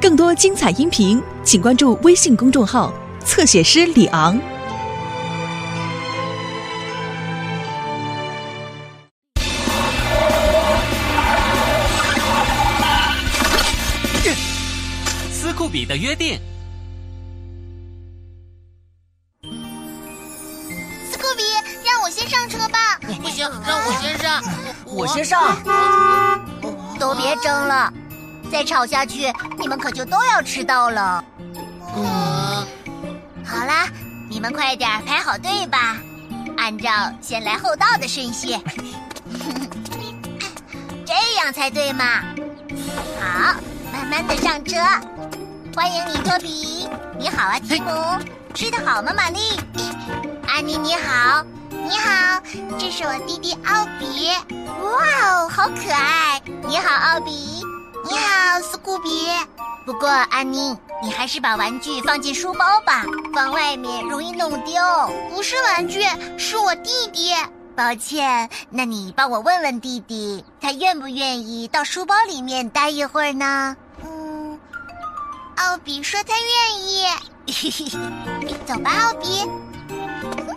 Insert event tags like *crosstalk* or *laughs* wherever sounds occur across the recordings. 更多精彩音频，请关注微信公众号“侧写师李昂”。斯库比的约定，斯库比，让我先上车吧！哎不行，让我先上。我先上，都别争了，再吵下去，你们可就都要迟到了。呃，好啦，你们快点排好队吧，按照先来后到的顺序， *laughs* 这样才对嘛。好，慢慢的上车。欢迎你，托比。你好啊，提姆。吃得好吗，玛丽？安妮，你好。你好，这是我弟弟奥比。哇哦，好可爱！你好，奥比。你好，斯库比。不过，安妮，你还是把玩具放进书包吧，放外面容易弄丢。不是玩具，是我弟弟。抱歉，那你帮我问问弟弟，他愿不愿意到书包里面待一会儿呢？嗯，奥比说他愿意。 *laughs* 走吧，奥比。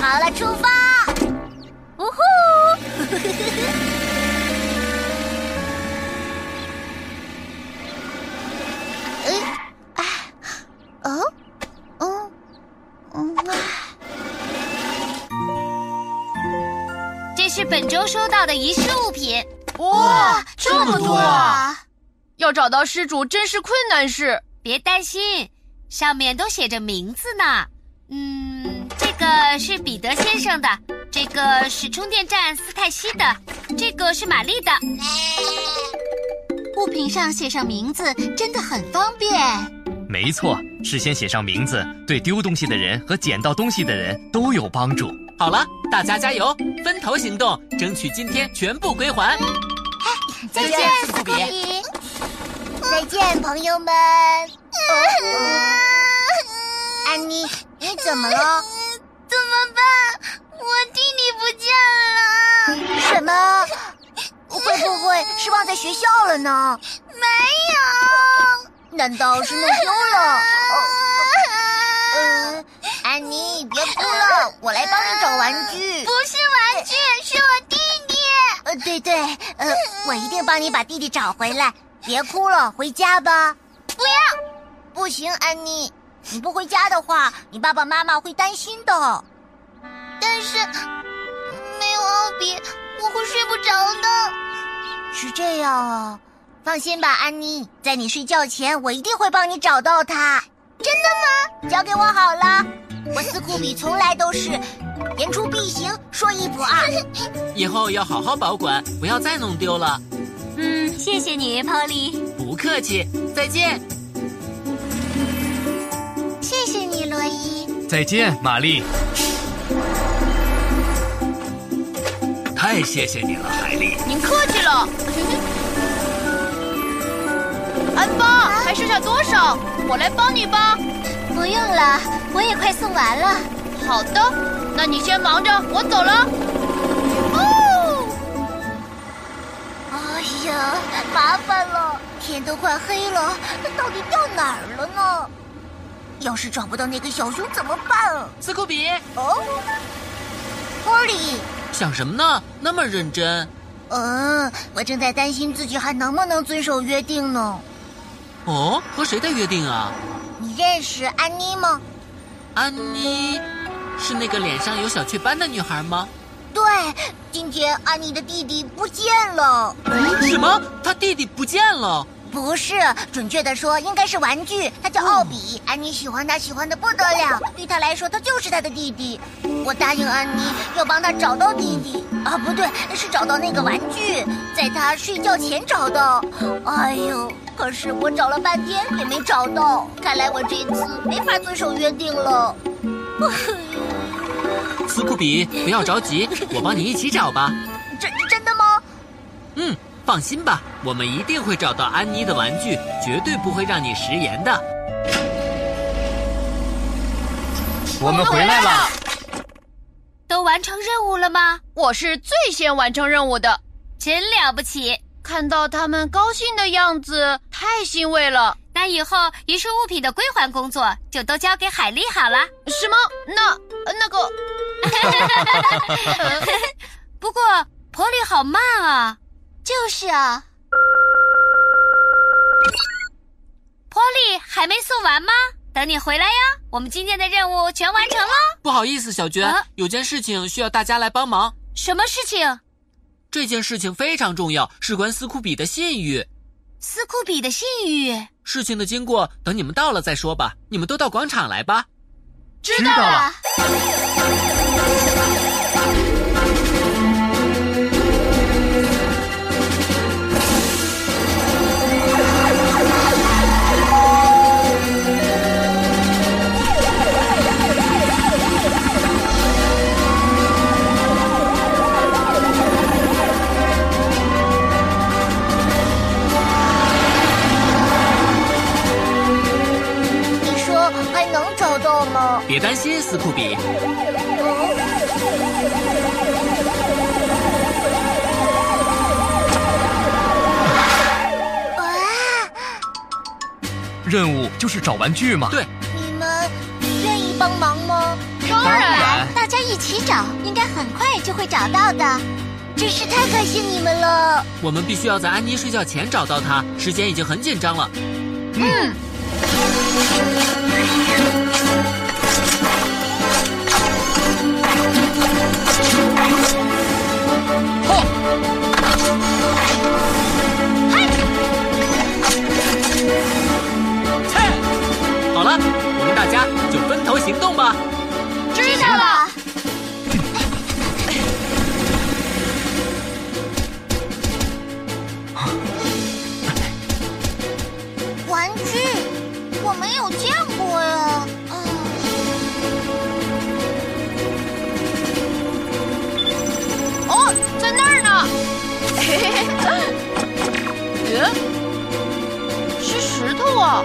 好了，出发！呜呼！哎，啊，哦，嗯，嗯啊，这是本周收到的遗失物品，哇，这么多啊！啊！要找到失主真是困难事。别担心，上面都写着名字呢。嗯，这个是彼得先生的，这个是充电站斯泰西的，这个是玛丽的。物品上写上名字真的很方便。没错，事先写上名字，对丢东西的人和捡到东西的人都有帮助。好了，大家加油，分头行动，争取今天全部归还。哎 *laughs* 再见斯库比再见，朋友们。哦安妮，你怎么了？怎么办？我弟弟不见了。什么？会不会是忘在学校了呢？没有。难道是弄丢了？嗯，安妮，别哭了，我来帮你找玩具。不是玩具，是我弟弟。呃，对对，呃，我一定帮你把弟弟找回来。别哭了，回家吧。不要，不行，安妮，你不回家的话，你爸爸妈妈会担心的。但是没有奥比，我会睡不着的。是这样啊，放心吧，安妮，在你睡觉前，我一定会帮你找到他。真的吗？交给我好了，我斯库比从来都是言出必行，说一不二。以后要好好保管，不要再弄丢了。嗯，谢谢你，Polly。不客气，再见。谢谢你，罗伊。再见，玛丽。太谢谢你了，海莉。您客气了。嗯安巴，还剩下多少？我来帮你吧。不用了，我也快送完了。好的，那你先忙着，我走了。哦哎呀，麻烦了，天都快黑了，它到底掉哪儿了呢？要是找不到那个小熊怎么办？斯库比哦，波利，想什么呢？那么认真。嗯，我正在担心自己还能不能遵守约定呢。哦，和谁的约定啊？你认识安妮吗？安妮，是那个脸上有小雀斑的女孩吗？对，今天安妮的弟弟不见了。什么？她弟弟不见了？不是，准确的说，应该是玩具。他叫奥比，安妮喜欢他，喜欢的不得了。对他来说，他就是他的弟弟。我答应安妮要帮他找到弟弟啊，不对，是找到那个玩具，在他睡觉前找到。哎呦，可是我找了半天也没找到，看来我这次没法遵守约定了。斯库比，不要着急，我帮你一起找吧。真真的吗？嗯，放心吧，我们一定会找到安妮的玩具，绝对不会让你食言的。我们回来了。都都完成任务了吗？我是最先完成任务的。真了不起！看到他们高兴的样子，太欣慰了。那以后遗失物品的归还工作就都交给海丽好了。什么？那那个？ *laughs* 不过婆里好慢啊。就是啊，波利还没送完吗？等你回来呀，我们今天的任务全完成了。不好意思，小娟，啊有件事情需要大家来帮忙。什么事情？这件事情非常重要，事关斯库比的信誉。斯库比的信 *laughs* 誉。事情的经过等你们到了再说吧。你们都到广场来吧。知道了。你说还能找到吗？别担心，斯库比，哎任务就是找玩具嘛。对，你们愿意帮忙吗？当然，大家一起找，应该很快就会找到的。真是太感谢你们了。我们必须要在安妮睡觉前找到她，时间已经很紧张了。嗯。切好了，我们大家就分头行动吧。知道了。 *laughs* 玩具，我没有见过呀。嗯，哦，在那儿呢。嗯，是石头啊。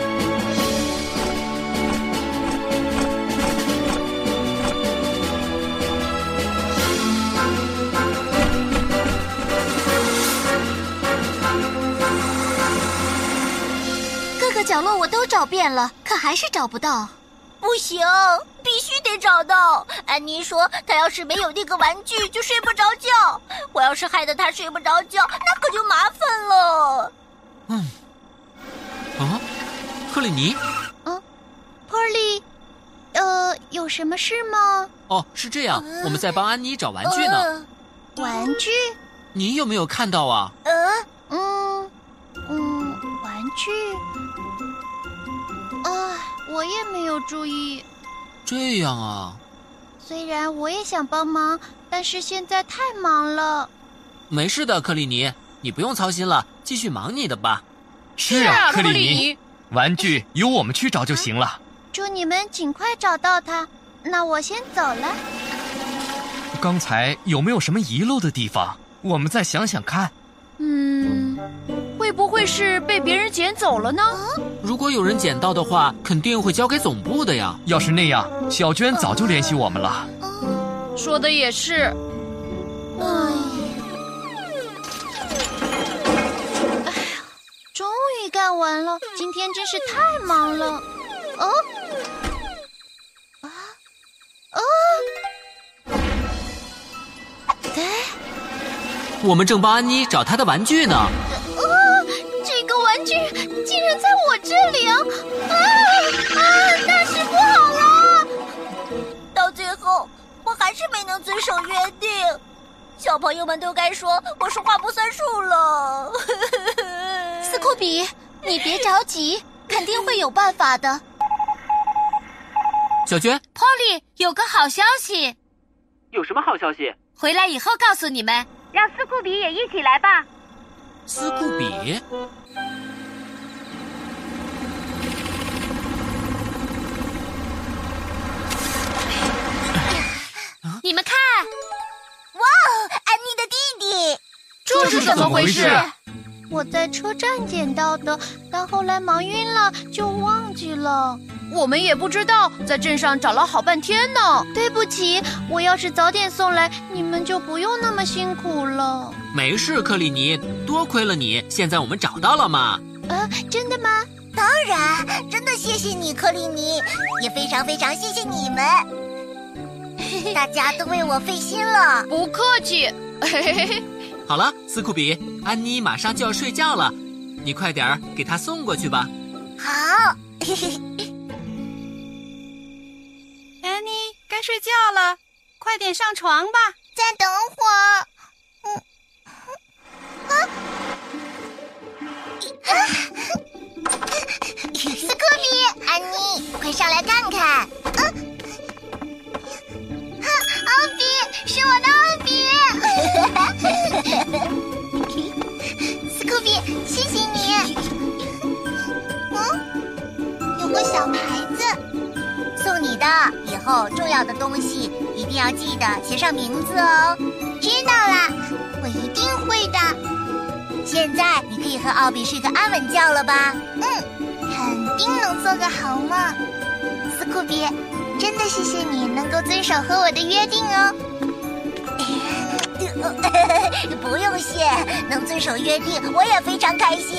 各个角落我都找遍了，可还是找不到。不行，必须得找到。安妮说，她要是没有那个玩具，就睡不着觉。我要是害得她睡不着觉，那可就麻烦了。啊，克里尼，波利，呃，有什么事吗？哦，是这样，我们在帮安妮找玩具嗯呢。呃玩具？你有没有看到啊？呃？呃嗯嗯，玩具？啊，我也没有注意。这样啊，虽然我也想帮忙，但是现在太忙了。没事的，克里尼，你不用操心了，继续忙你的吧。是啊，克里尼，，嗯玩具由我们去找就行了。祝你们尽快找到它。那我先走了。刚才有没有什么遗漏的地方？我们再想想看。嗯，会不会是被别人捡走了呢？如果有人捡到的话，肯定会交给总部的呀。要是那样，小娟早就联系我们了。嗯说的也是。终于干完了，今天真是太忙了。哦，我们正帮安妮找她的玩具呢。这个玩具竟然在我这里啊！啊啊！大事不好了！到最后，我还是没能遵守约定。小朋友们都该说我说话不算数了。斯库比，你别着急，肯定会有办法的。小娟，波利有个好消息，有什么好消息？回来以后告诉你们。让斯库比也一起来吧。斯库比，你们看，安妮的弟弟，这是怎么回事？我在车站捡到的，但后来忙晕了就忘记了。我们也不知道，在镇上找了好半天呢。对不起，我要是早点送来，你们就不用那么辛苦了。没事，克里尼，多亏了你，现在我们找到了嘛。啊，真的吗？当然，真的谢谢你，克里尼，也非常非常谢谢你们，大家都为我费心了。不客气， *laughs* 好了，斯库比，安妮马上就要睡觉了，你快点儿给她送过去吧。好，安妮，该睡觉了，快点上床吧。再等会儿。嗯，啊，斯库比，安妮，快上来看看。奥比，是我的奥比。斯库比，谢谢你。嗯，有个小牌子，送你的。以后重要的东西一定要记得写上名字哦。知道啦，我一定会的。现在你可以和奥比睡个安稳觉了吧？嗯，肯定能做个好梦。斯库比，真的谢谢你能够遵守和我的约定哦。 *laughs* 不用谢，能遵守约定，我也非常开心。